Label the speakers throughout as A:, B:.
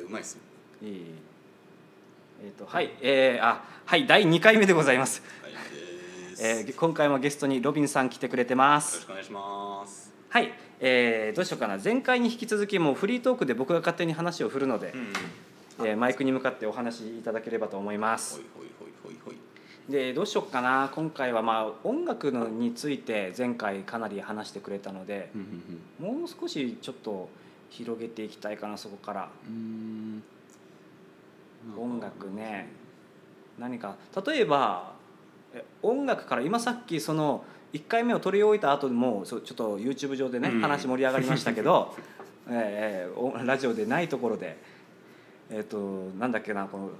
A: うまいっすよ
B: えーえーとはいえー、あはい第2回目でございます、
A: はいです、
B: え
A: よ
B: ー、今回もゲストにロビンさん来てくれてま
A: ろし
B: す
A: くお願いします
B: はい、えー、どうしようかな前回に引き続きもうフリートークで僕が勝手に話を振るので
A: う、ん
B: えーマイクに向かってお話しいただければと思いま
A: ほ
B: す
A: いほいほいほいほい
B: でどうしようかな今回はまあ音楽のについて前回かなり話してくれたので
A: うん
B: もう少しちょっと広げていきたいかなそこから
A: うん
B: 音楽ね何か例えばえ音楽から今さっきその1回目を取り終えた後でもそうちょっと YouTube 上でね、
A: うん
B: 話盛り上がりました けど、えーおラジオでないところでえっ、となんだっけなこの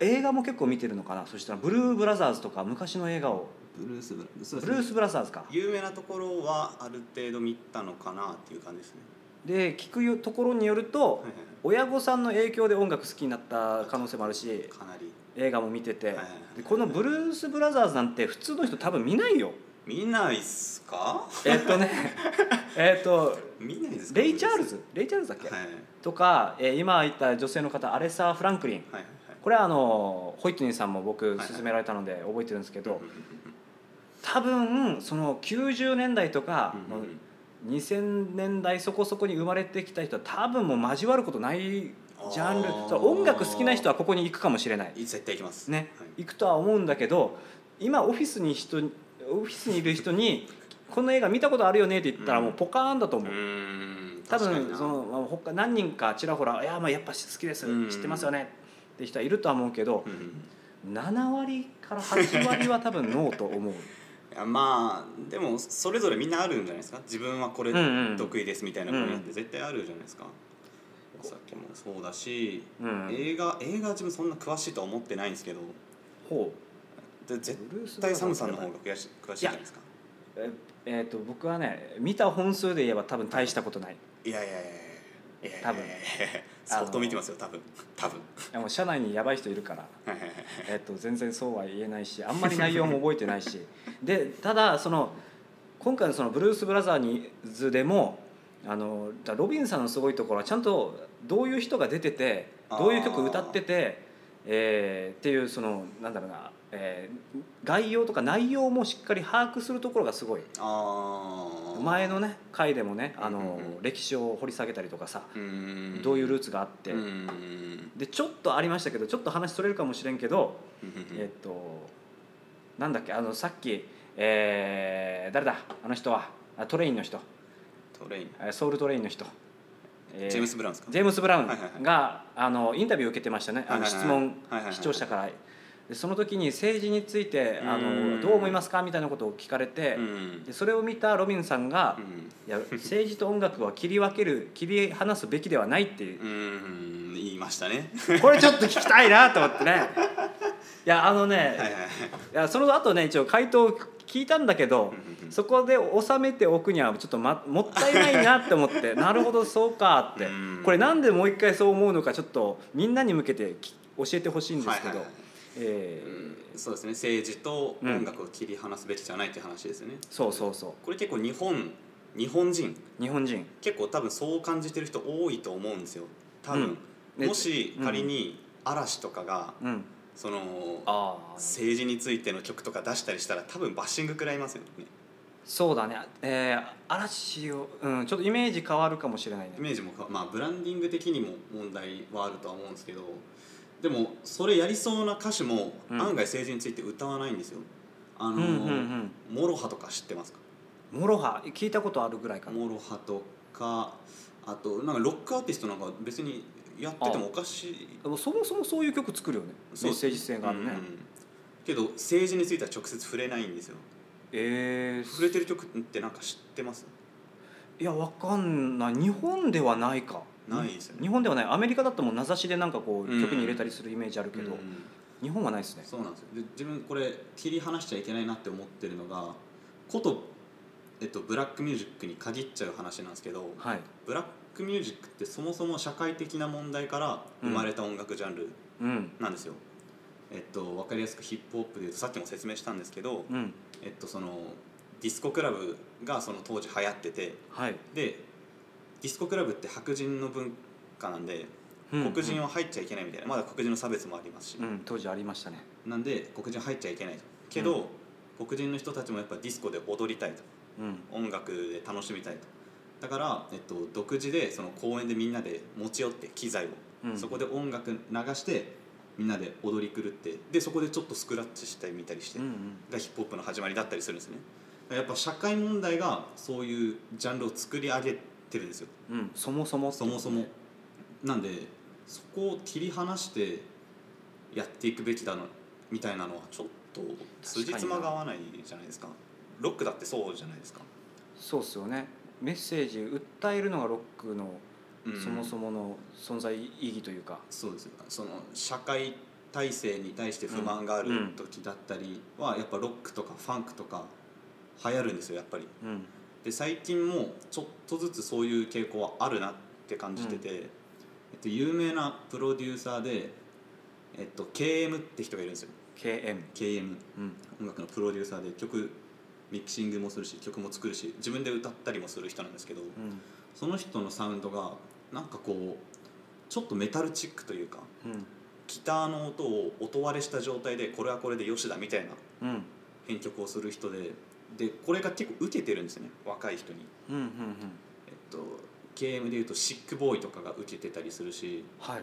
B: 映画も結構見てるのかなそしたらブルーブラザーズとか昔の映画を
A: ブルースブラそうです
B: ブル
A: ね
B: ース・ブラザーズか
A: 有名なところはある程度見たのかなっていう感じですね
B: で聞くよところによると
A: はいはい
B: 親御さんの影響で音楽好きになった可能性もあるし
A: かなり
B: 映画も見てて
A: はいはいはい
B: でこのブルース・ブラザーズなんて普通の人多分見ないよ
A: 見ないっすか
B: えっと ねえっと
A: 見ないですか
B: レイ・チャールズレイ・チャールズだっけ、
A: はいはい
B: とか、えー今言った女性の方アレサー・フランクリン
A: はい
B: これはあのホイットニーさんも僕
A: いはい
B: 勧められたので覚えてるんですけど、
A: はい
B: 多分その90年代とか
A: うんうん
B: の
A: うん
B: 2000年代そこそこに生まれてきた人は多分もう交わることないジャンル
A: あー
B: そう音楽好きな人はここに行くかもしれない
A: 絶対行きます
B: ね
A: はい
B: 行くとは思うんだけど今オフィスに人オフィスにいる人に「この映画見たことあるよね」って言ったらもうポカーンだと思
A: う
B: う、
A: ーん
B: 多
A: 確かに
B: 分
A: な
B: そのまあ他何人かちらほら「いやまあやっぱ好きです
A: うん
B: 知ってますよね」って人はいるとは思うけど
A: うんうん
B: 7割から8割は多分ノーと 思う
A: いやまあでもそれぞれみんなあるんじゃないですか自分はこれ
B: うんうん
A: 得意ですみたいな分野っ
B: う
A: て絶対あるじゃないですか、お酒もそうだし、
B: うん
A: 映画映画は自分そんな詳しいとは思ってないんですけど
B: ほ
A: で絶
B: うブルース
A: 対サムさんの方が詳し詳しいじゃないですか
B: ええーと僕はね見た本数で言えば多分大したことない
A: いやいやいやいやいや
B: 多分
A: いやいやいや 相当見てますよ多分多分
B: いやもう社内にやばい人いるから、
A: はいはいはい
B: えー、と全然そうは言えないしあんまり内容も覚え てないしでただその今回のそのブルース・ブラザーにズでもあのだロビンさんのすごいところはちゃんとどういう人が出ててどういう曲歌ってて、えーっていうそのなんだろうな、えー概要とか内容もしっかり把握するところがすごい
A: ああ
B: 前のね回でもねあ
A: うん
B: の
A: うんうん
B: 歴史を掘り下げたりとかさ
A: うーん
B: どういうルー
A: ツ
B: ツがあって
A: うーん
B: でちょっとありましたけどちょっと話それるかもしれんけど
A: うんうんうん
B: えっとなんだっけあのさっき、えー誰だあの人はあトレインの人
A: トレイン
B: えーソウルトレインの人、えー
A: ジェームス・ブラウンですか
B: ジェームスブラウンが、
A: はいはいはい
B: あのインタビューを受けてましたねあの
A: はいはいはい
B: 質問、
A: はいはいはい
B: 視聴者からでその時に政治についてあ
A: う
B: の
A: ん
B: どう思いますかみたいなことを聞かれて、
A: うん
B: でそれを見たロビンさんが、いや政治と音楽は切り分ける切り離すべきではない っていう
A: うんうん言いましたね
B: これちょっと聞きたいなと思ってねいやあのね、
A: はいはいはい
B: いやその後ね一応回答を聞いたんだけど
A: うんうん
B: そこで収めておくにはちょっと、ま、もったいないなって思っ てなるほどそうかって
A: うん
B: これなんでもう一回そう思うのかちょっとみんなに向けてき教えてほしいんですけ
A: はい
B: ど
A: はいはい
B: えー
A: うんそうですね政治と音楽を切り離すべきじゃないっていう話ですよね、
B: そうそうそ
A: これ結構日本日本人
B: う日本人
A: 結構多分そう感じてる人多いと思うんですよ多分、
B: うん
A: もし
B: うん
A: 仮に嵐とかが、
B: うん
A: その
B: ああ
A: 政治についての曲とか出したりしたら多分バッシング食らいますよね
B: そうだねえー嵐を、うん、ちょっとイメージ変わるかもしれない
A: イ
B: ね
A: メージもかまあブランディング的にも問題はあるとは思うんですけどでもそれやりそうな歌手も
B: うん
A: 案外政治について歌わないんですよ、あの
B: うんうん
A: モロハとか知ってますか
B: うんもろは聞いたことあるぐらいかな
A: モロハとかあとなんかロックアーティストなんか別にやっててもおかしい
B: でもそもそもそういう曲作るよね
A: そう
B: メッセージ性があるね、
A: うんけど政治については直接触れないんですよ
B: えー
A: 触れてる曲ってなんか知ってます
B: いやわかんない日本ではないか
A: ないですよね
B: 日本ではないアメリカだともう名指しでなんかこう
A: うん
B: 曲に入れたりするイメージあるけど、
A: うん
B: 日本はないですね
A: そうなんですよで自分これ切り離しちゃいけないなって思ってるのがこと、えっと、ブラックミュージックに限っちゃう話なんですけど
B: はい
A: ブラックミュージックってそもそも社会的な問題から生まれた音楽ジャンル
B: うん
A: なんですよ、えっと、分かりやすくヒップホップでいうとさっきも説明したんですけど、
B: うん
A: えっと、そのディスコクラブがその当時流行ってて
B: はい
A: でディスコクラブって白人の文化なんで
B: うん
A: 黒人は入っちゃいけないみたいなまだ黒人の差別もありますし、
B: うん、当時ありましたね
A: なんで黒人入っちゃいけないとけど、黒人の人たちもやっぱディスコで踊りたいと
B: うん
A: 音楽で楽しみたいとだから、えっと、独自でその公園でみんなで持ち寄って機材を、
B: うん
A: そこで音楽流してみんなで踊り狂ってでそこでちょっとスクラッチしてみたりして、
B: うん
A: がヒップホップの始まりだったりするんですねやっぱ社会問題がそういうジャンルを作り上げてるんですよ
B: うんうんそもそも
A: そもそもなんでそこを切り離してやっていくべきだのみたいなのはちょっと辻褄が合わないじゃないですかロックだってそうじゃないですか、
B: そうっすよねメッセージ訴えるのがロックの
A: うん
B: そもそもの存在意義というか、
A: そうですよその社会体制に対して不満がある
B: うん
A: 時だったりはやっぱロックとかファンクとか流行るんですよやっぱり
B: うん
A: で最近もちょっとずつそういう傾向はあるなって感じてて、えっと、有名なプロデューサーで、えっと、KM って人がいるんですよ
B: KM、
A: KM
B: うん、
A: 音楽のプロデューサーで曲ミキシングもするし曲も作るし自分で歌ったりもする人なんですけど、
B: うん
A: その人のサウンドがなんかこうちょっとメタルチックというか
B: うん
A: ギターの音を音割れした状態でこれはこれでよしだみたいな
B: うん
A: 編曲をする人ででこれが結構受けてるんですよね若い人に。
B: うんうんうん
A: えっと、KM でいうとシックボーイとかが受けてたりするし、
B: はい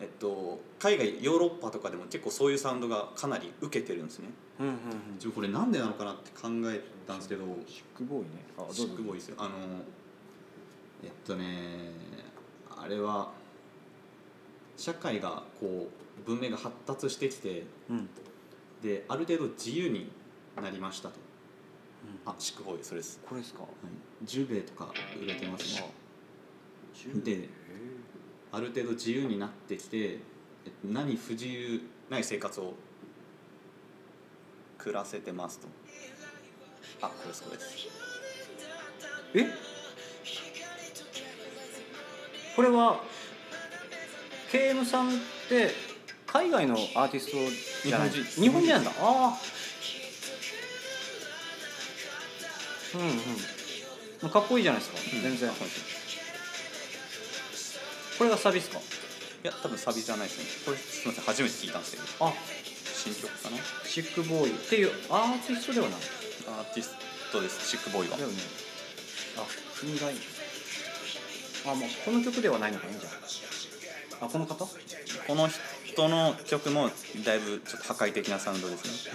A: えっと、海外ヨーロッパとかでも結構そういうサウンドがかなり受けてるんですね
B: うんうんうん
A: 自分これなんでなのかなって考えたんですけど
B: シックボーイねあ
A: シックボーイ
B: イ
A: ですよあのえっとねあれは社会がこう文明が発達してきて
B: うんうん
A: である程度自由になりましたとあシックボーイそれです、
B: これですか
A: はい、10米とか売れてますね
B: で
A: である程度自由になってきてえっと何不自由ない生活を暮らせてますとあこれですこれです
B: えこれは KM さんって海外のアーティストじゃない
A: 日本人
B: 日本人なんだああうんうんまあかっこいいじゃないですか、
A: うん
B: 全然
A: かっこいいで
B: これがサビですか
A: いや多分サビじゃないですねこれすみません初めて聞いたんですけど
B: あ
A: 新曲かな
B: シックボーイっていうアーティストではない
A: アーティストですシックボーイは
B: だよねあ国がいいあもうこの曲ではないのかいいんじゃあこの方、
A: この人の曲もだいぶちょっと破壊的なサウンドですね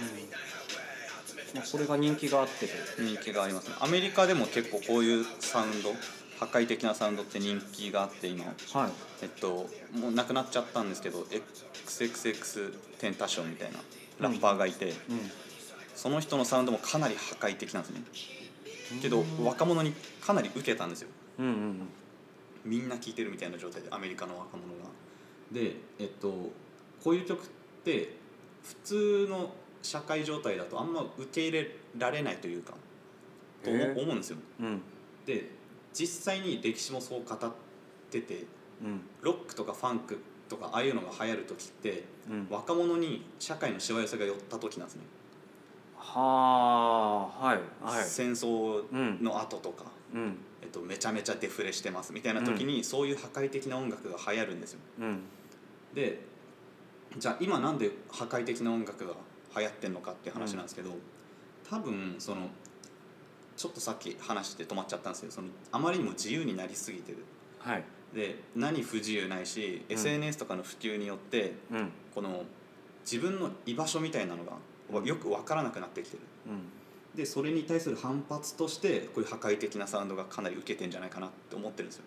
B: まあ、これが人気があってと
A: 人気がありますねアメリカでも結構こういうサウンド破壊的なサウンドって人気があって今
B: はい
A: えっと、もう亡くなっちゃったんですけど XXX テンタションみたいなラッパーがいて、
B: う
A: その人のサウンドもかなり破壊的なんですね
B: ん
A: けど
B: うん
A: 若者にかなり受けたんですよ
B: うんうん
A: みんな聴いてるみたいな状態でアメリカの若者がでえっとこういう曲って普通の社会状態だとあんま受け入れられないというかと思
B: へえ
A: 思うんですよ
B: うん
A: で実際に歴史もそう語ってて
B: うん
A: ロックとかファンクとかああいうのが流行る時って
B: うんは
A: 若者に社会のしわ寄せが寄った時なんですね、
B: あはいはい
A: 戦争
B: うん
A: の後とか、
B: うん
A: えっと、めちゃめちゃデフレしてますみたいな時に、そういう破壊的な音楽が流行るんですよ
B: うん
A: でじゃあ今なんで破壊的な音楽が流行ってんのかって話なんですけど、多分そのちょっとさっき話して止まっちゃったんですけどそのあまりにも自由になりすぎてる
B: はい
A: で何不自由ないし、
B: うん
A: SNS とかの普及によって
B: うんうん
A: この自分の居場所みたいなのがわよく分からなくなってきてるでそれに対する反発としてこういう破壊的なサウンドがかなり受けてんじゃないかなって思ってるんですよ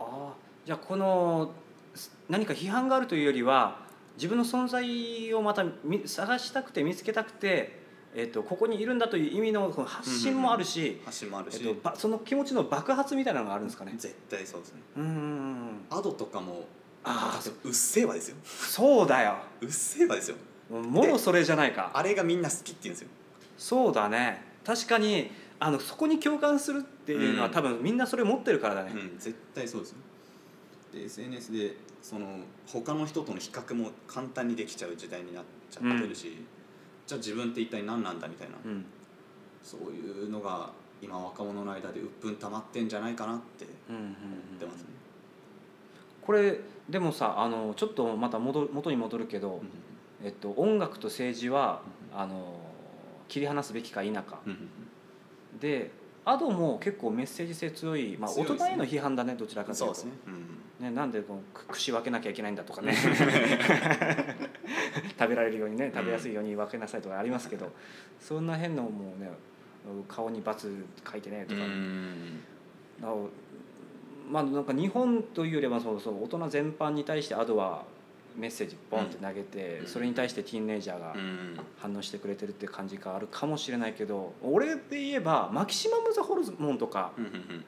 B: ああじゃあこのす何か批判があるというよりは自分の存在をまた見探したくて見つけたくてえっとここにいるんだという意味のこの発信もあるし、
A: 発信もある
B: え
A: し、
B: っとば、その気持ちの爆発みたいなのがあるんですかね。
A: 絶対そうですね
B: うんうんうん
A: アドとかも
B: ああ
A: うっせえわですよ
B: そうだよ。
A: うっせえわですよ
B: もろそれじゃないか。
A: あれがみんな好きって言うんですよ
B: そうだね確かにあのそこに共感するっていうのは、
A: うん
B: 多分みんなそれ持ってるからだね、
A: うん絶対そうですよで SNS でその他の人との比較も簡単にできちゃう時代になっちゃってるし、じゃあ自分って一体何なんだみたいな、
B: うん
A: そういうのが今若者の間で鬱憤溜まってんじゃないかなって
B: うんうんうん
A: 思ってますね、
B: これでもさあのちょっとまた戻る元に戻るけど、えっと、音楽と政治は、あの切り離すべきか否か、
A: うんうん
B: でアドも結構メッセージ性強い、まあ、
A: 強
B: 大
A: いですね
B: 人への批判だねどちら
A: う
B: か
A: ん
B: と
A: そう
B: いう
A: で
B: と
A: すね、うん
B: ね、なんでこのく串分けなきゃいけないんだ とかね食べられるようにね食べやすいように分けなさいとかありますけど、そんな変なもうね顔に罰書いてねとか、
A: うん
B: あのまあなんか日本というよりはそうそう大人全般に対してアドはメッセージボンって投げて、
A: うん
B: それに対してティーンネイジャーが
A: うん
B: 反応してくれてるっていう感じがあるかもしれないけど俺で言えばマキシマム・ザ・ホルモンとか、
A: うんうんうん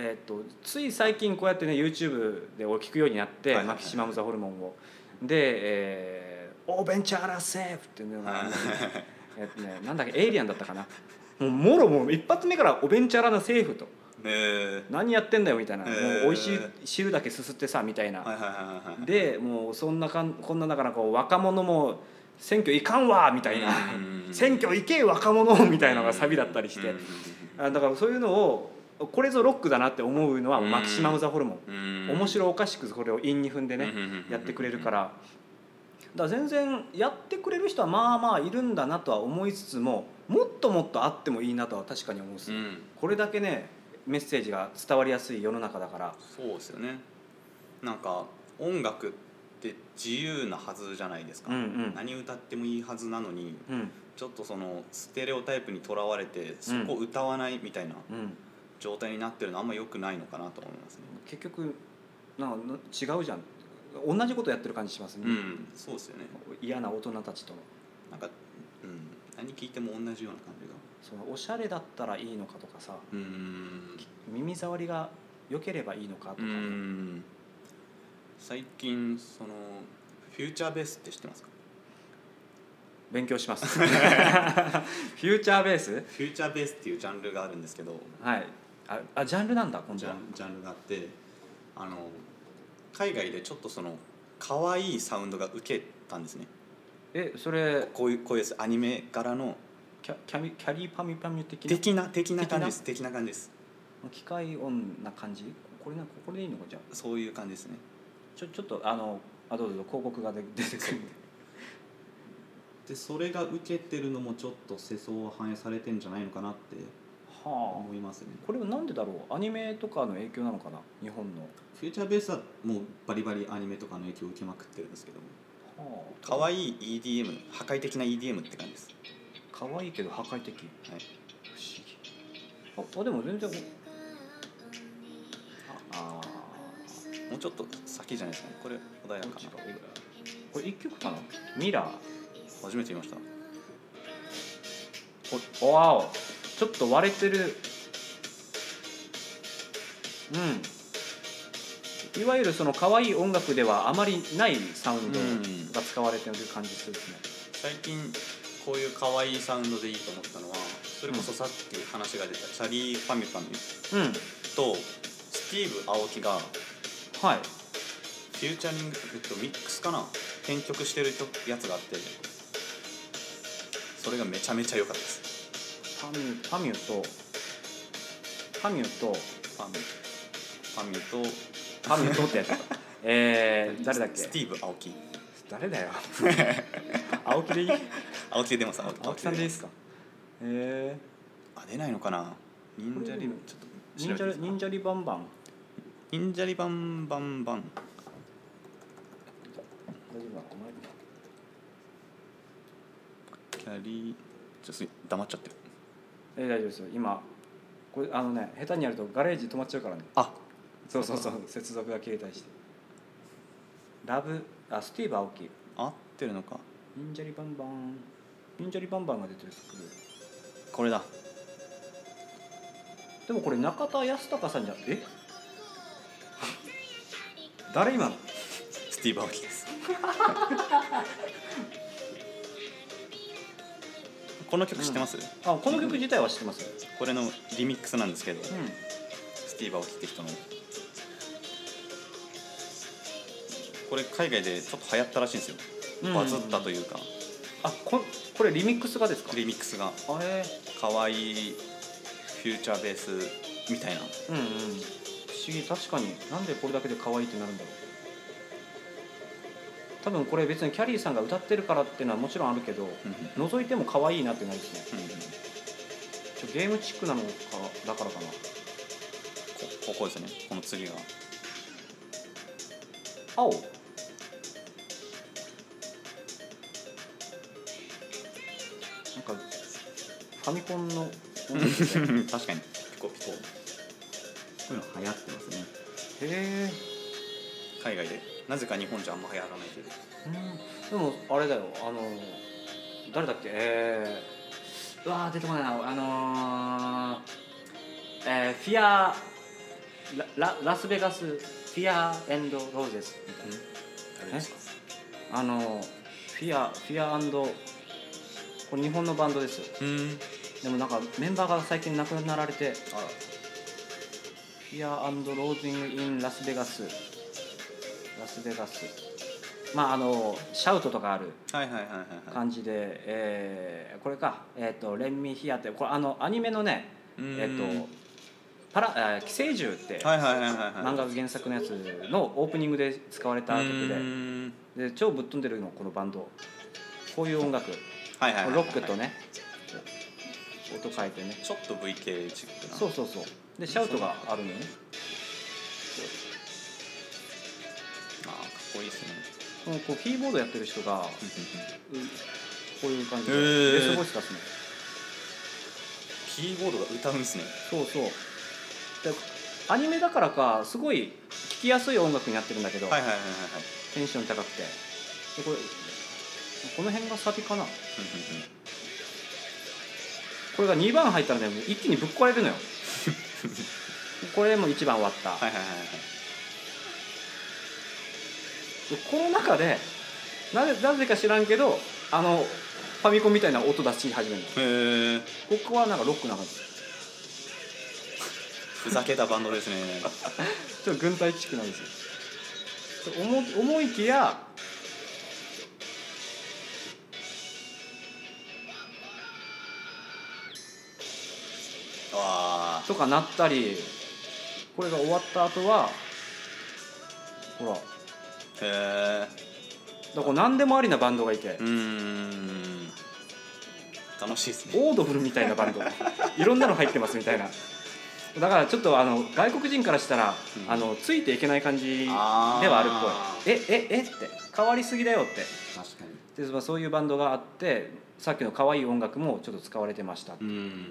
B: えー、とつい最近こうやってね YouTube で俺聞くようになって、
A: はいはいはい
B: マキシマム・ザ・ホルモンを。で、えーオーベンチャーラセーフっていうのが、 えっとね、なんだっけエイリアンだったかなもうもろもう一発目からオベンチャーラのセーフと
A: え
B: 何やってんだよみたいな、
A: えー
B: もう美味しい汁だけすすってさみたいな、
A: ーはいはいはいはいはい
B: でもうそんなかんこんなだからこう若者も選挙いかんわみたいな、
A: うん
B: 選挙行け若者みたいなのがサビだったりして、
A: うん
B: あだからそういうのをこれぞロックだなって思うのは
A: うん
B: マキシマム・ザ・ホルモ
A: う
B: ン、
A: ん
B: 面白おかしくこれを韻に踏んでね、
A: うん
B: やってくれるからだから全然やってくれる人はまあまあいるんだなとは思いつつももっともっとあってもいいなとは確かに思うっす、
A: うん
B: これだけねメッセージが伝わりやすい世の中だから
A: そうですよねなんか音楽って自由なはずじゃないですか、
B: うんうん
A: 何歌ってもいいはずなのに
B: うん
A: ちょっとそのステレオタイプにとらわれてそこ歌わないみたいな
B: うん
A: 状態になってるのあんま良くないのかなと思いますね
B: 結局なんか違うじゃん同じことやってる感じしますね、
A: うんそうですよね
B: 嫌な大人たちとの
A: なんか、うん、何聞いても同じような感じが
B: そのおしゃれだったらいいのかとかさ
A: うーん
B: 耳障りが良ければいいのかと
A: う
B: か、
A: ーん最近そのフューチャーベースって知ってますか
B: 勉強します フューチャーベース
A: フューチャーベースっていうジャンルがあるんですけど
B: はいああジャンルなんだ今
A: ジ
B: 度
A: ャ
B: は
A: ンジャンルがあってあの海外でちょっとその可愛いサウンドが受けたんですね
B: えそれ
A: こういうこういうですアニメ柄の
B: キャキャミキャリーパミュパミュ的な
A: 的な的な感じです的な感じです
B: 機械音な感じこれなんかこれでいいのかじゃあ
A: そういう感じですね
B: ちょちょっとあのあどうぞどうぞ広告 が出出てくるんで
A: でそれが受けてるのもちょっと世相は反映されてんじゃないのかなって
B: は
A: 思いますね
B: あこれはなんでだろうアニメとかの影響なのかな日本の
A: フューチャーベースはもうバリバリアニメとかの影響を受けまくってるんですけど
B: は
A: 可愛い EDM 破壊的な EDM って感じです、
B: あかわいいけど破壊的不
A: はい、
B: 思議ああでも全然ああ
A: もうちょっと先じゃないですかねこれ穏やかな
B: こっちかこれ1曲かなミラー
A: 初めて見ました
B: こおわおちょっと割れてるうんいわゆるその可愛い音楽ではあまりないサウンド
A: うん
B: が使われてる感じするですね、
A: 最近こういう可愛いサウンドでいいと思ったのはそれこそさっき話が出たチャリーパミュパミュ
B: うん
A: とスティーブ・アオキが
B: はい
A: フューチャリング、えっと、ミックスかな編曲してる曲やつがあってそれがめちゃめちゃ良かったです
B: パミュパミュとパミュと
A: パミュパミュと
B: パミュと ってやつえー、誰だっけ
A: スティーブ・アオキ
B: 誰 だよ青木でいい
A: 青木で出ます青木
B: 青木さんでいいですかえ
A: あ出ないのかな忍者リ
B: こ
A: ちょっと
B: ー、
A: 調べ
B: 忍
A: て
B: 者
A: いいですか
B: 忍者リバンバン
A: 忍者リバンバンバン
B: 大丈夫だお前
A: キャリーちょっとすい黙っちゃってる
B: え大丈夫ですよ今これあのね下手にやるとガレージ止まっちゃうからね
A: あ
B: そうそうそう接続が切れたりしてラブあスティーブ・アオキ
A: 合ってるのか
B: 忍者リバンバン忍者リバンバンが出てる曲
A: これだ
B: でもこれ中田康隆さんじゃえ誰今の
A: スティーブ・アオキ ですこの曲知ってます、
B: あこの曲自体は知ってますよ
A: これのリミックスなんですけど、
B: うん
A: スティーブ・アオキって人のこれ海外でちょっと流行ったらしいんですよ、
B: うん
A: バズったというか
B: あここれリミックスがですか
A: リミックスが
B: あれ
A: 可愛いフューチャーベースみたいな
B: うんうん不思思議確かになんでこれだけで可愛いってなるんだろう多分これ別にキャリーさんが歌ってるからっていうのはもちろんあるけど
A: うん
B: 覗いても可愛いなってなるしね
A: うんうん
B: ちょゲームチックなのかだからかな
A: こここですねこの 次が
B: 青なんかファミコンの音楽みたい なへ
A: 確かにピコピコこういうの流行ってますね
B: え
A: 海外でなぜか日本じゃあんま流行らないけど
B: でもあれだよあの誰だっけえー、うわー出てこないなあのーえー、フィアラララスベガスフィアエンドローゼスみたいな
A: 誰ですか
B: あのフィアフィアこれ日本のバンドですよ
A: うん
B: でもなんかメンバーが最近亡くなられて
A: あら
B: フィアロージング・イン・ラスベガスラスベガスまああのシャウトとかある
A: はいはいはいはいはい
B: 感じで、えーこれかえっ、と「レンミ・ヒア」ってこれあのアニメのね
A: うーん
B: えっ、と「パラえー寄生獣」って、
A: はいはいはいはいはい
B: 漫画が原作のやつのオープニングで使われた
A: う
B: 曲
A: ーん
B: でで超ぶっ飛んでるのこのバンドこういう音楽
A: はいはいはいはい
B: ロックとね音変えてね
A: ちょっと VK チックな
B: そうそうそうでシャウトがあるのよね
A: あーかっこいいですね
B: このこうキーボードやってる人が
A: うんうんうん
B: うこういう感じで
A: へー
B: ベースボイス出すの
A: キーボードが歌うんですね
B: そうそうでアニメだからかすごい聴きやすい音楽になってるんだけど、
A: はいはいはいはいはい
B: テンション高くてでこれこの辺がサビかな
A: うんうんうん
B: これが2番入ったらねもう一気にぶっ壊れ るのよこれでも1番終わった、
A: はいはいはいはい
B: でこの中でなぜなぜか知らんけどあのファミコンみたいな音出し始める
A: へ
B: の
A: え
B: ここはなんかロックな感じ
A: ふざけたバンドですね
B: ちょっと軍隊チックなんですよと思思いきや
A: あ
B: とかなったりこれが終わった後はほらだか
A: あへえ
B: らこう何でもありなバンドがいて
A: う、ーん楽しいですね
B: オードブルみたいなバン ドいろんなの入ってますみたいなだからちょっとあの外国人からしたら、
A: うん
B: あのついていけない感じで
A: あー
B: はあるっぽいえええって変わりすぎだよって
A: 確かに
B: でまあそういうバンドがあってさっきの可愛い音楽もちょっと使われてました、
A: うーん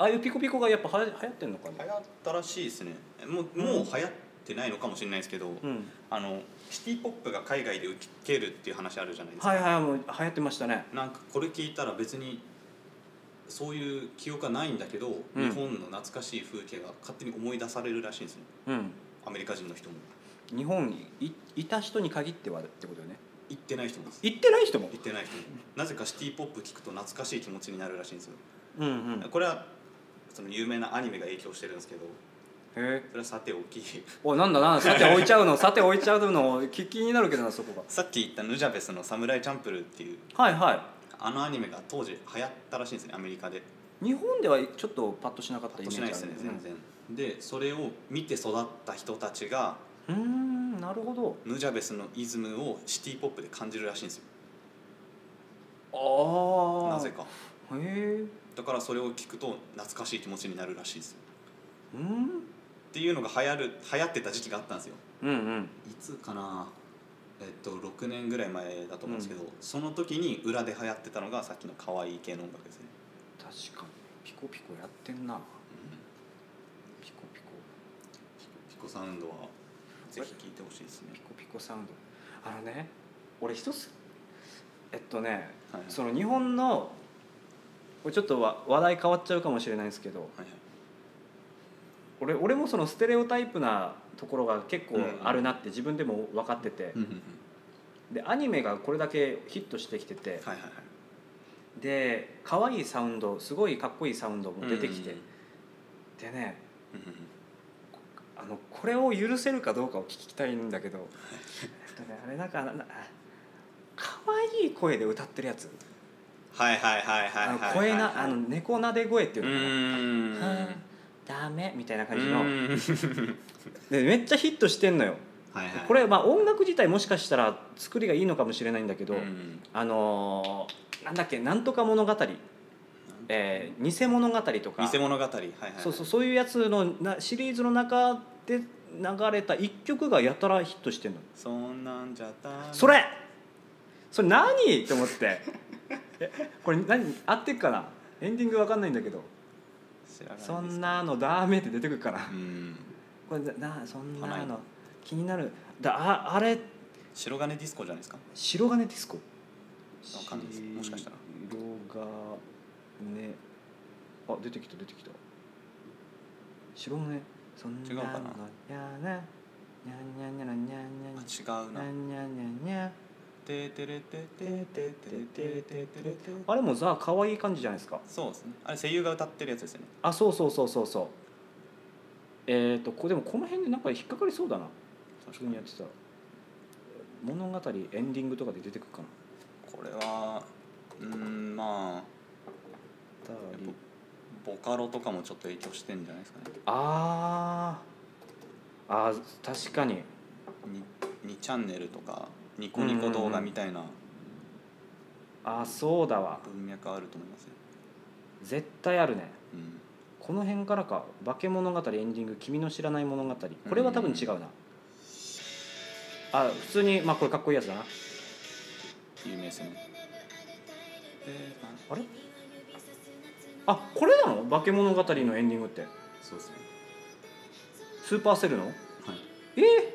B: ああいうピコピコがやっぱは流行ってんのか
A: 流
B: な、
A: 行ったらしいですねもうもう流行ってないのかもしれないですけど、
B: うん、
A: あのシティ・ポップが海外で受けるっていう話あるじゃないですか、
B: はいはいもう流行ってましたね
A: なんかこれ聞いたら別にそういう記憶はないんだけど、
B: うん
A: 日本の懐かしい風景が勝手に思い出されるらしいんですね
B: うん
A: アメリカ人の人も
B: 日本にいいた人に限ってはってことよね
A: 行ってない人も
B: 行ってない人も
A: 行ってない人もなぜかシティ・ポップ聞くと懐かしい気持ちになるらしいんですよ
B: うんうんへ
A: これはその有名なアニメが影響してるんですけど
B: え
A: それはさておき
B: おいなんだなさて置いちゃうの さて置いちゃうの気気になるけどなそこ
A: さっき言ったヌジャベスの「サムライ・チャンプルー」っていう
B: がはいは
A: あのアニメが当時流行ったらしいんですねアメリカで
B: い日本ではちょっとパッとしなかった
A: パッ
B: イ
A: と
B: メー
A: し
B: ジ
A: ないですね全然、でそれを見て育った人たちが
B: うんうーんなるほど
A: ヌジャベスのイズムをシティ・ポップで感じるらしいんですよ
B: ああ
A: なぜか
B: へえ
A: だからそれを聞くと懐かしい気持ちになるらしいですよ
B: うん
A: っていうのが流行る流行ってた時期があったんですよ
B: うんうん
A: いつかなえっと6年ぐらい前だと思うんですけど、その時に裏で流行ってたのがさっきの可愛い系の音楽ですね、
B: 確かにピコピコやってんなピコピコ
A: ピコサウンドはぜひ聴いてほしいですね
B: ピコピコサウンドあのね俺一つえっとね
A: はいはい
B: その日本のこれちょっとわ話題変わっちゃうかもしれないんですけど
A: はいはい
B: 俺俺もそのステレオタイプなところが結構
A: うん
B: あるなって自分でも分かってて、
A: うんうんうん
B: でアニメがこれだけヒットしてきてて、
A: はいはいはい
B: で可愛いサウンドすごいかっこいいサウンドも出てきて、
A: うん
B: でね
A: うんうん
B: あのこれを許せるかどうかを聞きたいんだけどえっとねあれなんかなな可愛い声で歌ってるやつ
A: はいはいはいはいはいはい
B: あの声なあの猫なで声っていううのかな
A: ーん
B: はあダメみたいな感
A: う
B: じの
A: ん
B: でめっちゃヒットしてんのよ
A: はいはい
B: これまあ音楽自体もしかしたら作りがいいのかもしれないんだけど、
A: うん
B: あのーなんだっけなんとか物語、えー偽物語とか
A: 偽物語はいはい
B: そうそうそういうやつのなシリーズの中で流れた一曲がやたらヒットしてんの
A: そんなんじゃった
B: それそれ何と思って えこれ何合ってっかなエンディングわかんないんだけど
A: 知らないです
B: そんなのダメって出てくるから
A: うん
B: これなそんな
A: 花
B: の
A: よ
B: 気になるだああれ
A: 白金ディスコじゃないですか
B: 白金ディスコわ
A: かんないですもしかしたら
B: 白金あ出てきた出てきた白金そんな
A: 違う
B: の
A: かな
B: やなにゃんにゃんにゃらにゃんにゃんにゃん
A: あ違う
B: にゃ
A: なん
B: にゃんにゃんにゃん
A: ててれてててててててれて
B: あれもザ可愛い感じじゃないですか
A: そうですねあれ声優が歌ってるやつですよね
B: あそうそうそうそうそうえっ、とこでもこの辺でなんか引っかかりそうだな普通にやってたら物語エンディングとかで出てくるかな
A: これはうんまあやっぱボカロとかもちょっと影響してんじゃないですかね
B: あーあー確かに
A: に2チャンネルとかニコニコ動画みたいな
B: あーそうだわ
A: 文脈あると思いますよ、
B: 絶対あるね
A: うん、
B: この辺からか「化け物語」エンディング「君の知らない物語」これは多分違うな、あ普通にまあこれかっこいいやつだな
A: 有名ですよねでま
B: あれあこれなの「化け物語」のエンディングって
A: あそうですね
B: スーパーセルの
A: はい
B: え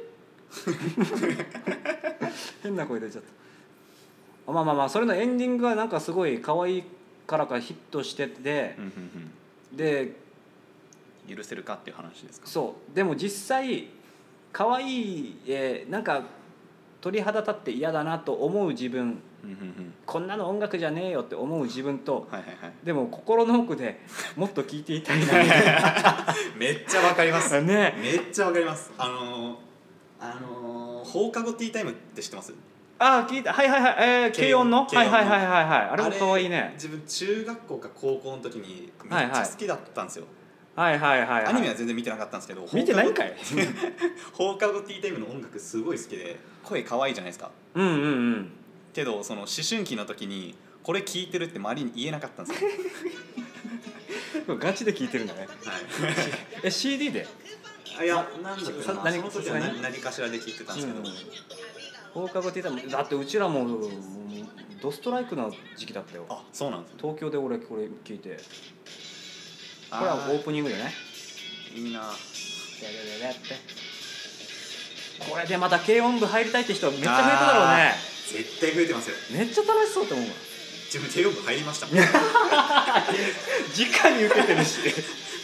B: ー変な声出ちゃったあまあまあまあそれのエンディングはなんかすごい可愛いからかヒットしてて
A: うんうん
B: で
A: うん許せるかっていう話ですか
B: そうでも実際可愛い、えーなんか鳥肌立って嫌だなと思う自分
A: うんうんうん
B: こんなの音楽じゃねえよって思う自分と
A: はいはいはい
B: でも心の 奥でもっと聴いていたいな
A: めっちゃわかります
B: ね
A: めっちゃわかりますあのー、あのー、放課後ティータイムって知ってます
B: ああ聞いたはいはいはい、えー、軽
A: 軽
B: 音
A: 音
B: の
A: 軽音の
B: はいはいはいはいはいあれも可愛いね
A: 自分中学校か高校の時にめっち
B: はいはい
A: ゃ好きだったんですよ、
B: はいはいはい、はい、
A: アニメは全然見てなかったんですけど
B: 見てないんか
A: い
B: い
A: 放課後ティータイムの音楽すごい好きで声可愛いじゃないですか
B: うんうんうん
A: けどその思春期の時にこれ聞いてるって周りに言えなかったんですよ、
B: これガチで聴いてるんだねえ CD で
A: はい、いやなんだっけ
B: さ
A: な
B: 何
A: その時は
B: 何
A: 何何かしらで聞いてたんですけど、
B: うん放課後って言ったらだってうちらももうドストライクの時期だったよ
A: あそうなんですね
B: 東京で俺これ聞いてこれはオープニングでね
A: あーいいな
B: これでまた軽音部入りたいって人めっちゃ増えただろうね
A: 絶対増えてますよ
B: めっちゃ楽しそうと思うわ
A: 自分低音部入りましたもん
B: 直に受けてるし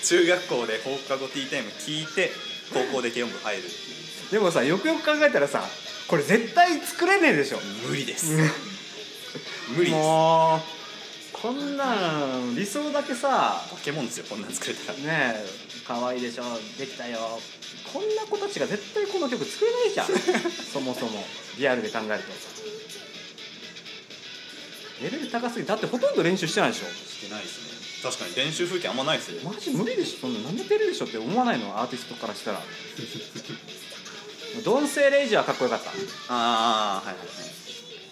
A: 中学校で放課後ティータイム聞いて高校で軽音部入る
B: でもさよくよく考えたらさこれ絶対作れねえでしょ
A: 無理です無理です
B: もうこんなん理想だけさ
A: ポケモンですよこんなん作れ たら
B: ねえ可愛いでしょできたよこんな子たちが絶対この曲作れないじゃんそもそもリアルで考えるとレベル高すぎだってほとんど練習してないでしょ
A: してないですね確かに練習風景あんまないですよ
B: マジ無理でしょそんな何めてるでしょって思わないのアーティストからしたらドンセイレイジはかっこよかった
A: ああはいはいはい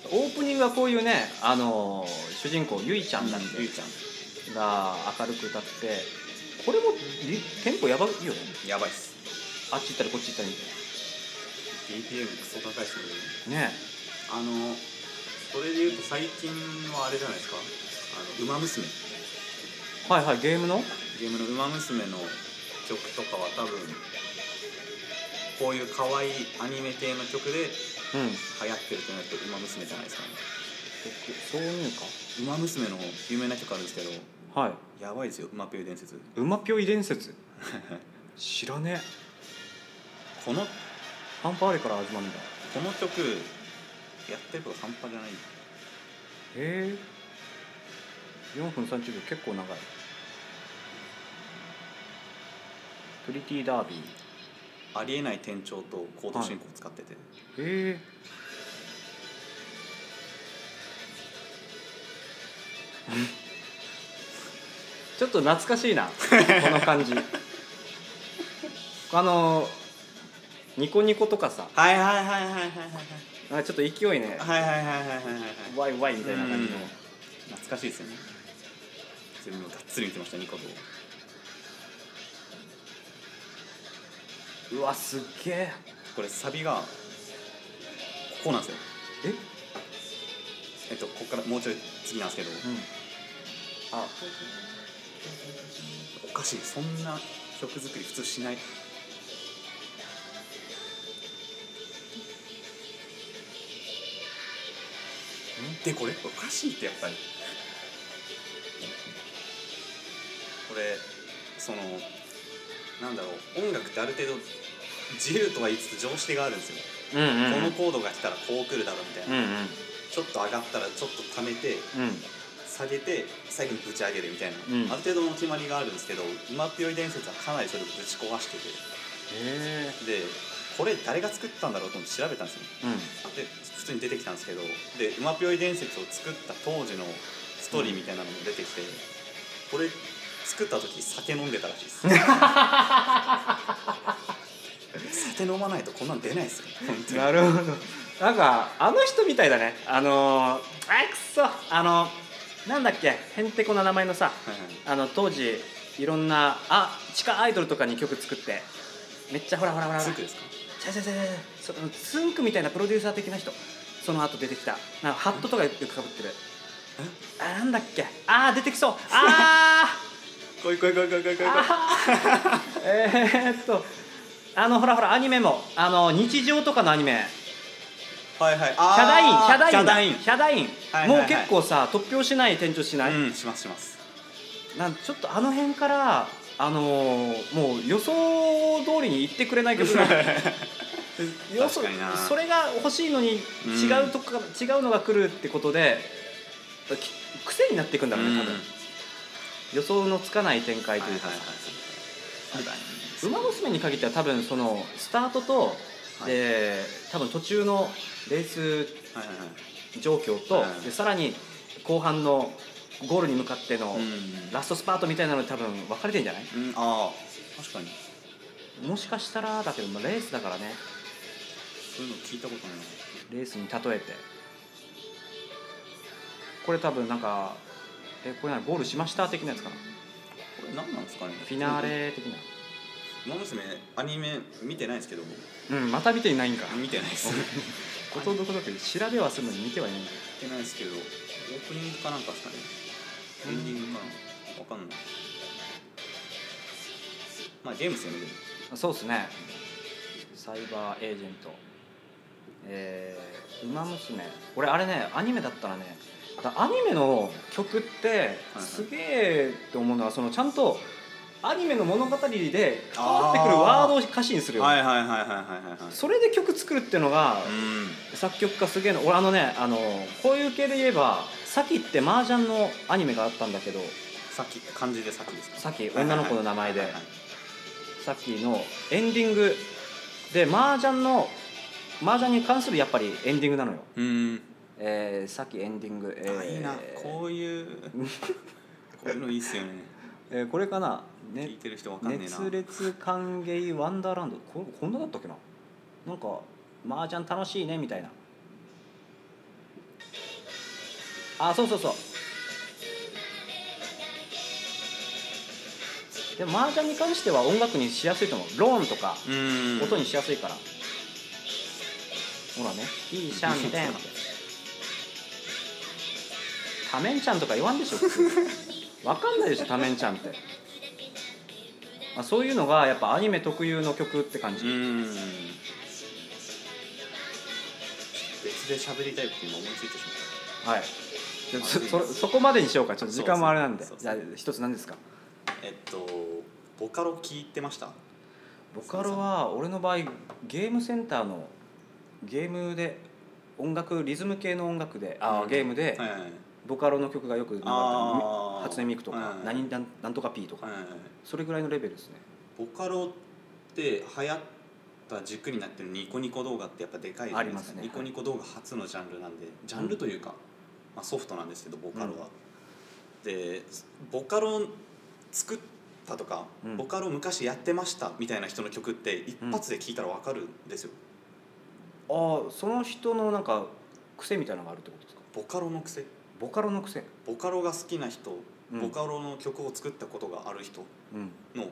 B: オープニングはこういうねあのー主人公ゆいちゃんだっ
A: ゆい
B: け、
A: ちゃん
B: が明るく歌ってこれもリテンポやばいよね
A: やばいっす
B: あっち行ったりこっち行ったりみた
A: BPM クソ高いっすね
B: いなね
A: あのそれでいうと最近はあれじゃないですかあの「ウマ娘
B: えはいはいゲームの」
A: ゲームの「ウマ娘」の曲とかは多分こういう可愛いアニメ系の曲で
B: う
A: 流
B: ん
A: 行ってるってなると「ウマ娘」じゃないですかね
B: 挿入
A: ウマ娘の有名な曲あるんですけど
B: 歌はい
A: やばいですよ「ウマペイ伝説
B: 「馬ぴょい伝 説」知らねえ」
A: この
B: ハンパーレから始まるんだへ
A: この曲やってること半端じゃない
B: え4分30秒結構長いプリティダービー
A: ありえない転調とコード進行を使ってて、
B: へえちょっと懐かしいなこの感じあのニコニコとかさ
A: はいはいはいはいはいはい
B: なんかちょっと勢いね
A: はいはいはいはいはいはいはい
B: ワイワイみたいな感じの
A: うん懐かしいですよね全部がっつり見てましたニコ動
B: うわすっげえ
A: これサビがここなんですよ
B: え
A: えっとここからもうちょい次なんですけど
B: うんあ
A: おかしいそんな曲作り普通しないでこれおかしいってやっぱりこれそのなんだろう音楽ってある程度自由とは言いつつ常識があるんですよ、
B: うんうんうん
A: このコードが来たらこう来るだろうみたい
B: うん
A: な、
B: うん
A: ちょっと上がったらちょっと溜めて
B: うん
A: 下げて最後にぶち上げるみたいな、
B: うん
A: ある程度の決まりがあるんですけど今ぴよい伝説はかなりそれをぶち壊してて
B: へえ
A: でこれ誰が作ったんだろうと思って調べたんですよ
B: うん
A: で普通に出てきたんですけどで「うまぴよい伝説」を作った当時のストーリーみたいなのも出てきて、これ作った時酒飲んでたらしいです 酒飲まないとこんなん出ないですよ本当に
B: なるほどなんかあの人みたいだねあのー、あくそあのなんだっけへんてこな名前のさ
A: はいはい
B: あの当時いろんなあ地下アイドルとかに曲作ってめっちゃほらほらほらほ
A: ツ
B: ら
A: ークですか
B: ちゃちゃちゃちゃそのつんくみたいなプロデューサー的な人その後出てきたなんかハットとかよくかぶってるあなんだっけあー出てきそうあー
A: 来い来い来い来い来い来い来い
B: あー えーっとあのほらほらアニメもあの日常とかのアニメ
A: はいはい
B: ヒャダインヒャダイン
A: ヒ
B: だ
A: ャダイン
B: ヒャダイ
A: は
B: ン
A: いはい
B: も
A: は
B: う
A: い
B: 結構さ突拍しない転調しない、
A: うんしますします
B: なんちょっとあの辺からあのーもう予想通りに言ってくれない曲が 予想
A: 確かにな
B: それが欲しいのに違うとか、違うのが来るってことでき癖になっていくんだろうね多分、
A: うん
B: 予想のつかない展開と
A: はいいう
B: か
A: はいはい
B: ウマ娘」に限っては多分そのスタートと、
A: はい
B: で多分途中のレース
A: はいはいはい
B: 状況と、
A: はい
B: でさらに後半のゴールに向かっての
A: うん
B: ラストスパートみたいなので多分分かれてんじゃない
A: うんああ確かに
B: もしかしたらだけど、まあ、レースだからね
A: そういうの聞いたことないな
B: レースに例えてこれ多分なんかえこれなゴールしました的なやつかな
A: これ何なんですかね
B: フィナーレ的な
A: 馬娘アニメ見てないですけど
B: うんまた見ていないんか
A: 見てないです
B: ことどこだけ調べはするのに見てはいないんだ
A: 見てないですけどオープニングかなんかですかねエンディングかなわかんないまあゲームですよねでも
B: そうですねサイバーエージェントえー、ウマ娘俺あれねアニメだったらねだアニメの曲って
A: はい
B: すげえって思うのはそのちゃんとアニメの物語で変わってくるワードを歌詞にするよ、
A: はいはいはいはいはいはいはい
B: それで曲作るっていうのが
A: うん
B: 作曲家すげえの俺あのねあのこういう系で言えばさきって麻雀のアニメがあったんだけど
A: さっき漢字でさっきですか
B: さっき女の子の名前で
A: はいはい
B: さっきのエンディングで麻雀の麻雀に関するやっぱりエンディングなのよ、
A: うん
B: えー、さっきエンディング、え
A: あ
B: ー
A: いいなこういうこういうのいいっすよね
B: えーこれかな、
A: 聞い
B: ね、
A: てる人わかんねえな
B: 熱烈歓迎ワンダーランドここんなだったっけななんか麻雀楽しいねみたいなあそうそうそうでも麻雀に関しては音楽にしやすいと思うローンとか
A: うん
B: 音にしやすいから、ほらねいいシャンテンタメンちゃんとか言わんで しょ普通わかんないでしょタメンちゃんってあそういうのがやっぱアニメ特有の曲って感
A: う
B: じ、
A: ん別で喋りたいって今思いついてし
B: はいじゃあそ
A: まずい
B: それそこまでにしようかちょっと時間もあれなんで
A: そう
B: じ
A: そ
B: ゃ
A: う
B: あ一つ何ですか
A: まったえっとボカロ聞いてました
B: ボカロは俺の場合ゲームセンターのゲームで音楽リズム系の音楽であゲームで、
A: はいはいはい
B: ボカロの曲がよく流れた
A: あー
B: 初音ミクとか
A: うん
B: 何なんなんとか P とか
A: はいはい
B: それぐらいのレベルですね
A: ボカロって流行った軸になってるニコニコ動画ってやっぱでかいじゃないですか
B: ありますね
A: ニコニコ動画初のジャンルなんでジャンルというか、まあ、ソフトなんですけどボカロは、でボカロ作たとか、
B: うん
A: ボカロ昔やってましたみたいな人の曲って一発で聴いたらわかるんですよ、
B: ああその人のなんか癖みたいなのがあるってことですか
A: ボカロの癖
B: ボカロの癖、
A: ボカロが好きな人、
B: うん、
A: ボカロの曲を作ったことがある人
B: うん
A: の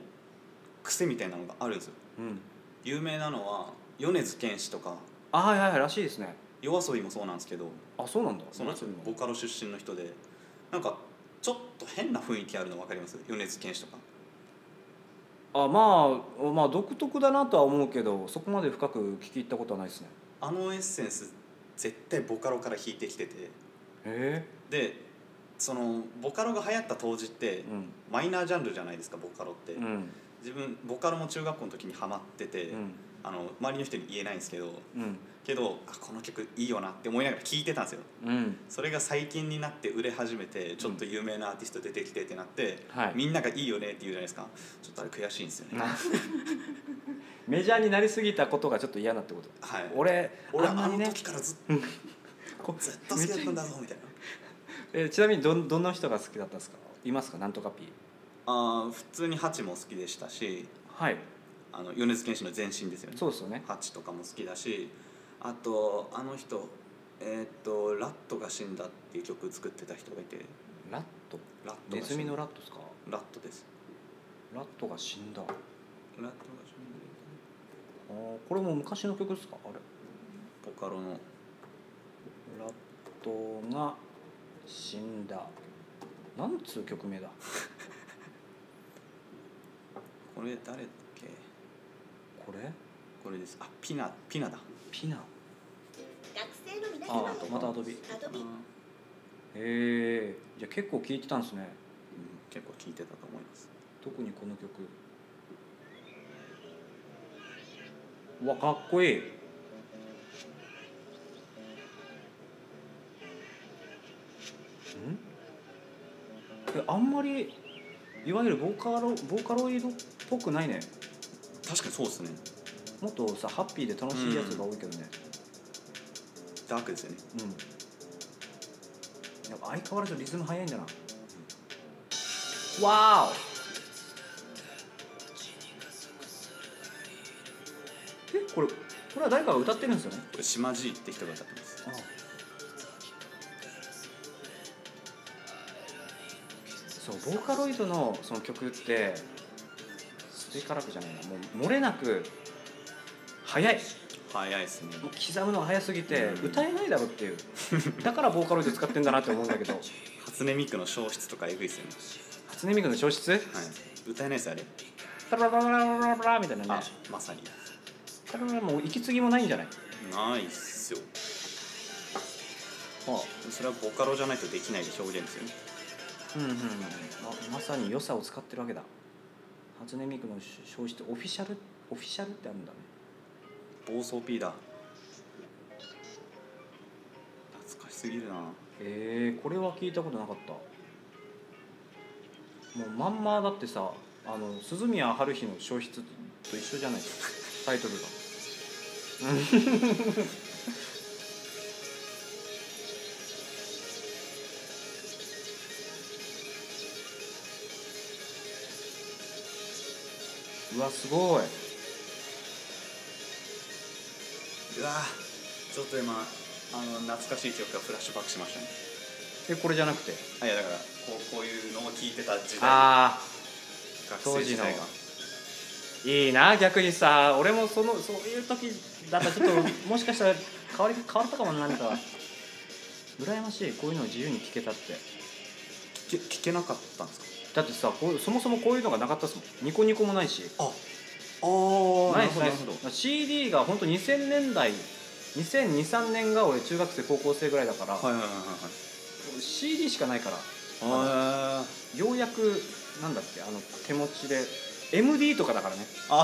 A: 癖みたいなのがあるんですよ
B: うん
A: 有名なのは米津玄師とか
B: あはいはいはいらしいですね
A: 夜遊びもそうなんですけど
B: あそうなんだ
A: その
B: なんだ
A: ボカロ出身の人でなんかちょっと変な雰囲気あるの分かります米津玄師とか
B: あまあまあ独特だなとは思うけどそこまで深く聞き入ったことはないですね
A: あのエッセンス絶対ボカロから引いてきてて
B: へ
A: でそのボカロが流行った当時って
B: えうん
A: マイナージャンルじゃないですかボカロって、
B: うん
A: 自分ボカロも中学校の時にハマってて、
B: うん
A: あの周りの人に言えないんですけど
B: うん
A: けどあこの曲いいよなって思いながら聴いてたんですよ
B: うん
A: それが最近になって売れ始めてちょっと有名なアーティスト出てきてってなって、
B: はい
A: みんなが「いいよね」って言うじゃないですかちょっとあれ悔しいんですよね、
B: メジャーになりすぎたことがちょっと嫌なってこと
A: はい
B: 俺
A: 俺
B: あんま
A: あ
B: り
A: の
B: ね
A: 時からずっ
B: こ
A: ずっと好きだったんだぞみたいな
B: えちなみにどんどんな人が好きだったんですかいますかなんとか P
A: あー普通にハチも好きでしたし
B: はい
A: あの米津玄師の前身ですよね
B: そうですよね
A: ハチとかも好きだしあとあの人えーっと「ラットが死んだ」っていう曲作ってた人がいて
B: ラット
A: ラット
B: ネ
A: が
B: ズ
A: 死
B: ミ
A: ん
B: の
A: だ
B: ラットですか
A: ラットです
B: ラットが死んだあ
A: ラットが死ん
B: ーこれも昔の曲ですかあれ
A: だボカロの
B: ラットが死んだなんつう曲名だ
A: これ誰だっけ
B: これ
A: これですあピナピナだ
B: ピナ
C: 学生の皆
B: あ
C: 様へ
B: またアドビへ
C: アドビ
B: えじゃあ結構聴いてたんですね
A: うん結構聞いてたと思います
B: 特にこの曲うわかっこいいんえあんまりいわゆるボカロボーカロイドっぽくないね
A: 確かにそうですね
B: もっとさハッピーで楽しいやつが多いけどね
A: ダークですよね
B: うん、やっぱ相変わらずリズム速いんだな、わーおえこれこれは誰かが歌ってるんですよね
A: これ島爺って人が歌ってます
B: ああそうボーカロイドのその曲ってそれからくじゃないなもう漏れなく速い
A: 早いですね
B: もう刻むのが早すぎて
A: うん
B: 歌えないだろっていうだからボーカロイド使ってんだなって思うんだけど
A: 初音ミクの消失とかエグいですよね
B: 初音ミクの消失
A: はい歌えないですあれ
B: タラララララララみたいな
A: あ
B: ね
A: まさに
B: タラララもう息継ぎもないんじゃない
A: ないっすよ
B: あ
A: それはボカロじゃないとできない表現ですよね
B: うんうんうんままさに良さを使ってるわけだ初音ミクの消失オフィシャルオフィシャルってあるんだね
A: 暴走 P だ懐かしすぎるな
B: えー、これは聞いたことなかったもうまんまだってさあの鈴宮春日の消失と一緒じゃないですかタイトルがうんうわすごいう
A: わちょっと今あの懐かしい記憶がフラッシュバックしましたね
B: えこれじゃなくて
A: あいやだからこうこういうのを聞いてた時代
B: あ
A: 学生時代が
B: 当あいいな逆にさ俺もそのそういう時だったらちょっと もしかしたら変わり変わったかもな何か羨ましいこういうのを自由に聞けたって
A: 聞け聞けなかったんです
B: だってさこうそもそもこういうのがなかったっすもんニコニコもないし
A: かあああ
B: な
A: ないるほどないる
B: ですなで
A: ほど
B: す CD が本当2000年代2023年が俺中学生高校生ぐらいだから、
A: はいはいはい
B: CD しかないから
A: はいはいあー
B: ようやくなんだっけあの手持ちで MD とかだからねまだ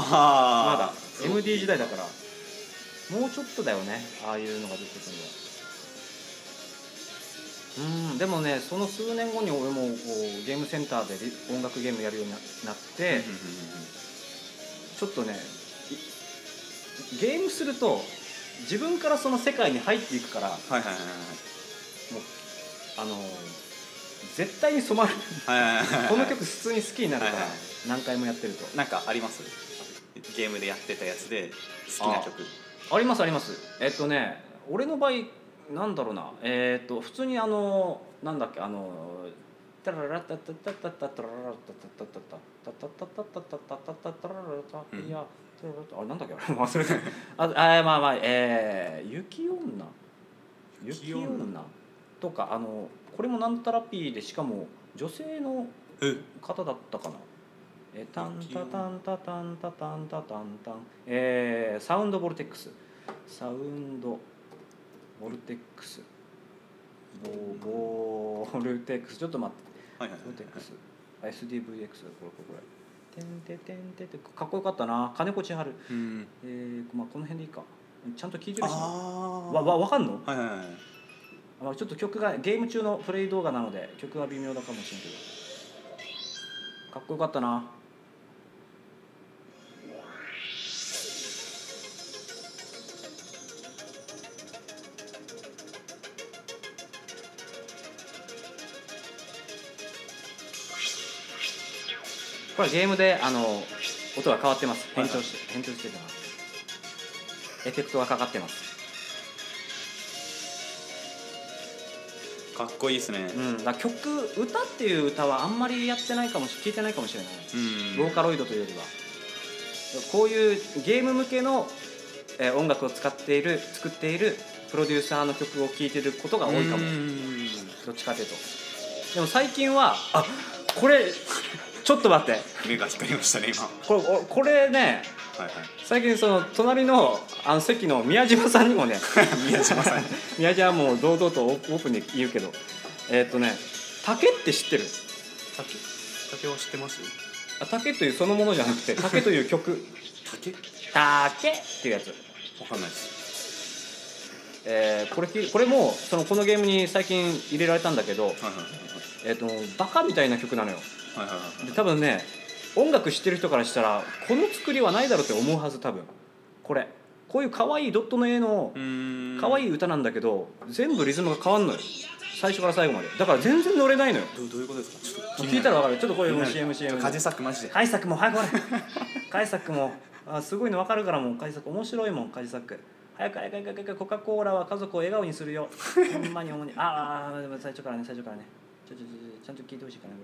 A: あー
B: MD 時代だからもうちょっとだよねああいうのが出てくるのはうんでもねその数年後に俺もこうゲームセンターでリ音楽ゲームやるようにななって、
A: うんうんうんうん
B: ちょっとねいゲームすると自分からその世界に入っていくからもう
A: はいはいはいはい
B: あの絶対に染まる
A: はいはいはいはい
B: この曲普通に好きになるから
A: はいはい
B: 何回もやってると
A: なんかありますゲームでやってたやつで好きな曲
B: ありますありますえっとね俺の場合なんだろうなえっと普通にあのなんだっけあのタララタタタタタタララタタタタタタタタタタタタタタララタいやあれなんだっけあれ忘れたああまあまあえ雪女雪女とかあのこれもなんたらピーでしかも女性の
A: え
B: 方だったかな。えタンタタンタタンタタンタタンタン、えー、サウンドボルテックスサウンドボルテックスボボルテックスちょっと待って
A: はいはいはい
B: ボルテックス SDVX これこれこれてんててんててかっこよかったな金子千春、
A: うん
B: えーまあ、この辺でいいかちゃんと聞いて
A: あ
B: るしな
A: あ
B: わわわかんの
A: はいはいはい
B: まあ、ちょっと曲がゲーム中のプレイ動画なので曲は微妙だかもしれんけどかっこよかったなこれゲームであの音が変わってます変調して、変調してるなエフェクトがかかってます
A: かっこいいですね
B: うん、だから曲歌っていう歌はあんまりやってないかもし聞いてないかもしれない、
A: うん
B: ボーカロイドというよりはこういうゲーム向けの、えー音楽を使っている作っているプロデューサーの曲を聴いてることが多いかも、
A: うん
B: どっちかというとでも最近はあこれちょっと待って
A: 目が光りましたね今
B: これおこれね
A: はいはい
B: 最近その隣のあの席の宮島さんにもね
A: 宮島 さん
B: 宮島はもう堂々とオープンで言うけどえーっ、とね竹って知ってる
A: 竹竹は知ってます
B: あ竹というそのものじゃな くて竹という曲
A: 竹わ
B: 竹っていうやつ、
A: かんないです
B: えーこれきこれもそのこのゲームに最近入れられたんだけど、
A: はいはい
B: えー、とバカみたいな曲なのよ
A: はいはいはい
B: で多分ね音楽知ってる人からしたらこの作りはないだろうって思うはず多分これこういう可愛いドットの絵の
A: うん
B: 可愛い歌なんだけど全部リズムが変わんのよ最初から最後までだから全然乗れないのよ
A: どうどういうことですかちょっと
B: 聞いたら分かるちょっとこれも
A: 気になる
B: CMCM
A: カジサックマジで
B: カイサクも早く来いカイサクもあすごいの分かるからもうカイサク面白いもんカイサク早く早く早く早く早くコカ・コーラは家族を笑顔にするよほんまにほんまにあーあーでも最初からね最初からねちょちょちょちょちゃんと聞いてほしいからね、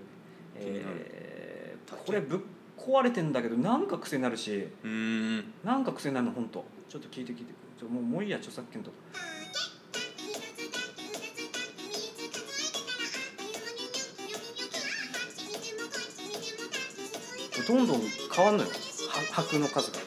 A: 気になる
B: えー、これぶっ壊れてんだけどなんか癖になるし
A: うん
B: なんか癖になるのほんとちょっと聞いて聞いてちょもうもういいや著作権とかどんどん変わんのよは拍の数が。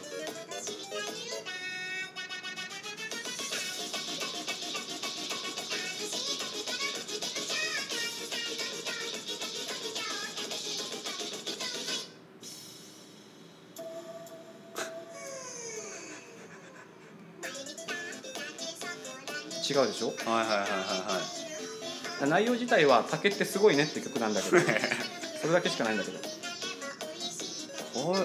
B: 違うでしょ
A: はいはいはいはいはい
B: 内容自体は「竹ってすごいね」って曲なんだけどそれだけしかないんだけどこれ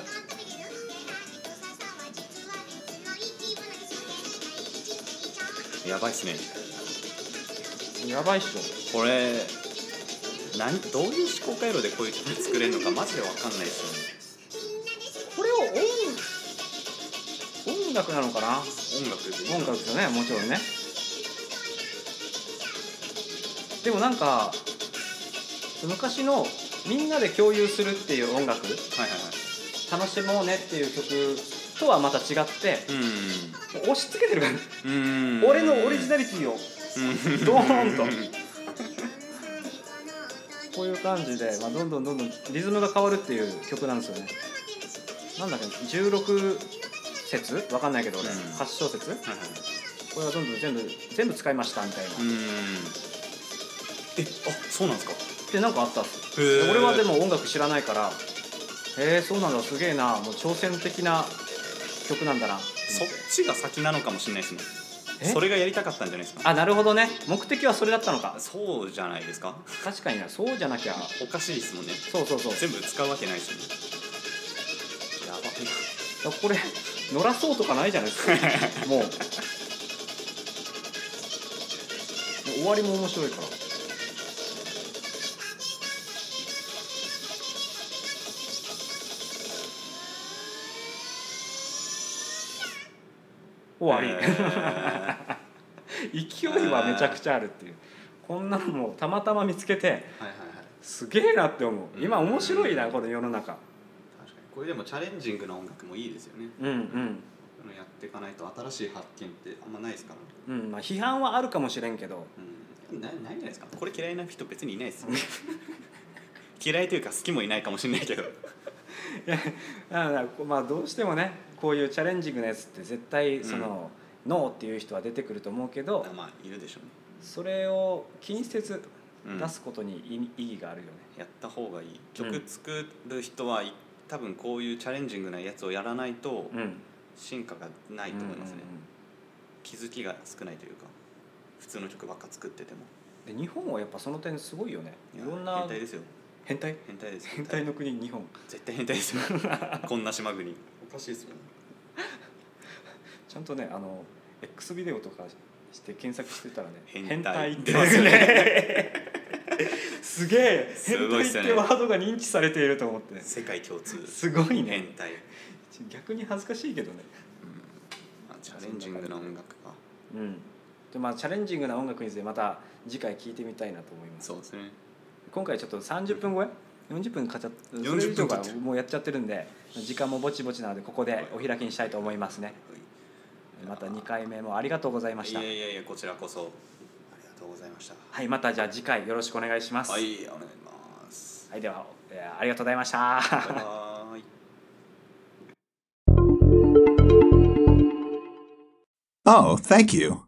A: やばいっすね
B: やばいっし
A: これ何どういう思考回路でこういう曲作れるのかマジで分かんないです
B: ょこれを音音楽なのかな
A: よね音楽
B: 音楽ですよねもちろんねでもなんか昔のみんなで共有するっていう音楽
A: はいはいは
B: 楽しもうねっていう曲とはまた違って
A: い
B: 押し付けてるから
A: うん
B: 俺のオリジナリティをドーンとこういう感じで、まあ、どんどんどんどんリズムが変わるっていう曲なんですよねなんだっけ16節わかんないけど俺、
A: うん
B: 8小節これはどんどん全部全部使いましたみたいな、
A: うんえあそうなんですか
B: でなんかあったっす
A: へ
B: で
A: ー
B: 俺はでも音楽知らないからへえそうなんだすげえなもう挑戦的な曲なんだな
A: そっちが先なのかもしれないですね
B: え
A: それがやりたかったんじゃないですか
B: あなるほどね目的はそれだったのか
A: そうじゃないですか
B: 確かになそうじゃなきゃ
A: おかしいですもんね
B: そうそうそう
A: 全部使うわけないですよね
B: やばいこれ乗らそうとかないじゃないですか もう終わりも面白いから終わり、
A: えー
B: 勢いはめちゃくちゃあるっていうこんなのもたまたま見つけて
A: はいはいはい
B: すげえなって思う今
A: うん
B: 面白いなこの世の中
A: 確かにこれでもチャレンジングな音楽もいいですよね
B: うんうん
A: やっていかないと新しい発見ってあんまないですから、
B: うんまあ批判はあるかもしれんけど
A: うん、なないんじゃないですかこれ嫌いな人別にいないですよ 嫌いというか好きもいないかもしれないけど
B: だからこうまあどうしてもねこういうチャレンジングなやつって絶対その、ノーっていう人は出てくると思うけど
A: まあいるでしょうね
B: それを気にせず
A: うん
B: 出すことに意意義があるよね、
A: やった方がいい曲作る人はい多分こういうチャレンジングなやつをやらないと
B: うん
A: 進化がないと思いますね、気づきが少ないというか普通の曲ばっか作ってても
B: うんうんで日本はやっぱその点すごいよねい
A: や
B: ろんな
A: 変態ですよ
B: 変態
A: 変態です
B: 変態の国日本
A: 絶対変態 ですよこんな島国おかしいですよね
B: ちゃんとねあの X ビデオとかして検索してたらね
A: 変態
B: 変態ってねすげえ
A: す
B: 変
A: ごいっ
B: 態
A: すよ
B: っ
A: ね
B: てワードが認知されていると思って
A: 世界共通
B: すごい
A: 変
B: ね
A: 態、
B: 逆に恥ずかしいけどね
A: まあ、チャレンジングな音楽か
B: うんでまあチャレンジングな音楽についてまた次回聞いてみたいなと思います
A: そうですね
B: 今回ちょっと30分超え40分かちゃそれ以
A: 40
B: 上
A: 分
B: か
A: 経ってる
B: もうやっちゃってるんで時間もぼちぼちなのでここでお開きにしたいと思いますねまた2回目もありがとうございまし
A: い
B: た
A: やいやいやこちらこそありがとうございました
B: はいまたじゃあ次回よろしくお願いします
A: はいお願いします
B: はい、では、えーありがとうございました。
A: バイバーイ
D: Oh, thank you.